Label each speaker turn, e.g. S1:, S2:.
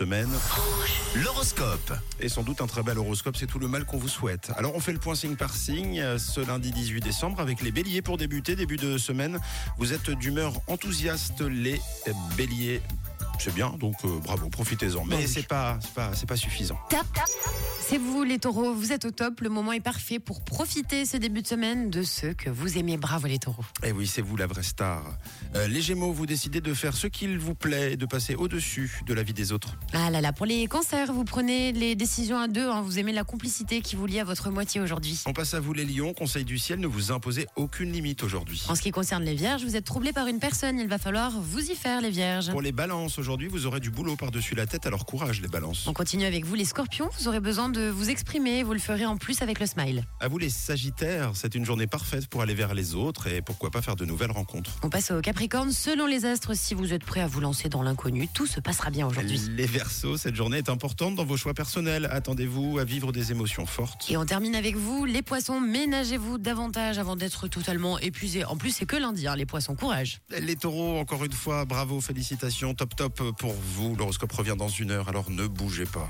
S1: semaine. L'horoscope. Et sans doute un très bel horoscope, c'est tout le mal qu'on vous souhaite. Alors on fait le point signe par signe euh, ce lundi 18 décembre avec les béliers pour débuter, début de semaine. Vous êtes d'humeur enthousiaste les béliers. C'est bien, donc euh, bravo, profitez-en. Mais c'est pas, c'est pas, c'est pas suffisant.
S2: Tap C'est vous les taureaux, vous êtes au top, le moment est parfait pour profiter ce début de semaine de ceux que vous aimez. Bravo les taureaux.
S1: Eh oui, c'est vous la vraie star. Euh, les Gémeaux, vous décidez de faire ce qu'il vous plaît et de passer au-dessus de la vie des autres.
S2: Ah là là, pour les cancers, vous prenez les décisions à deux, hein. vous aimez la complicité qui vous lie à votre moitié aujourd'hui.
S1: On passe à vous les Lions. Conseil du ciel, ne vous imposez aucune limite aujourd'hui.
S2: En ce qui concerne les vierges, vous êtes troublés par une personne, il va falloir vous y faire les vierges.
S1: Pour les balances, aujourd'hui, vous aurez du boulot par-dessus la tête, alors courage les balances.
S2: On continue avec vous les scorpions, vous aurez besoin de vous exprimer, vous le ferez en plus avec le smile.
S1: À vous les sagittaires, c'est une journée parfaite pour aller vers les autres et pourquoi pas faire de nouvelles rencontres.
S2: On passe au capricorne, selon les astres, si vous êtes prêt à vous lancer dans l'inconnu, tout se passera bien aujourd'hui.
S1: Les Verseaux, cette journée est importante dans vos choix personnels. Attendez-vous à vivre des émotions fortes.
S2: Et on termine avec vous, les poissons, ménagez-vous davantage avant d'être totalement épuisés. En plus, c'est que lundi, hein, les poissons, courage.
S1: Les taureaux, encore une fois, bravo, félicitations, top top pour vous. L'horoscope revient dans une heure, alors ne bougez pas.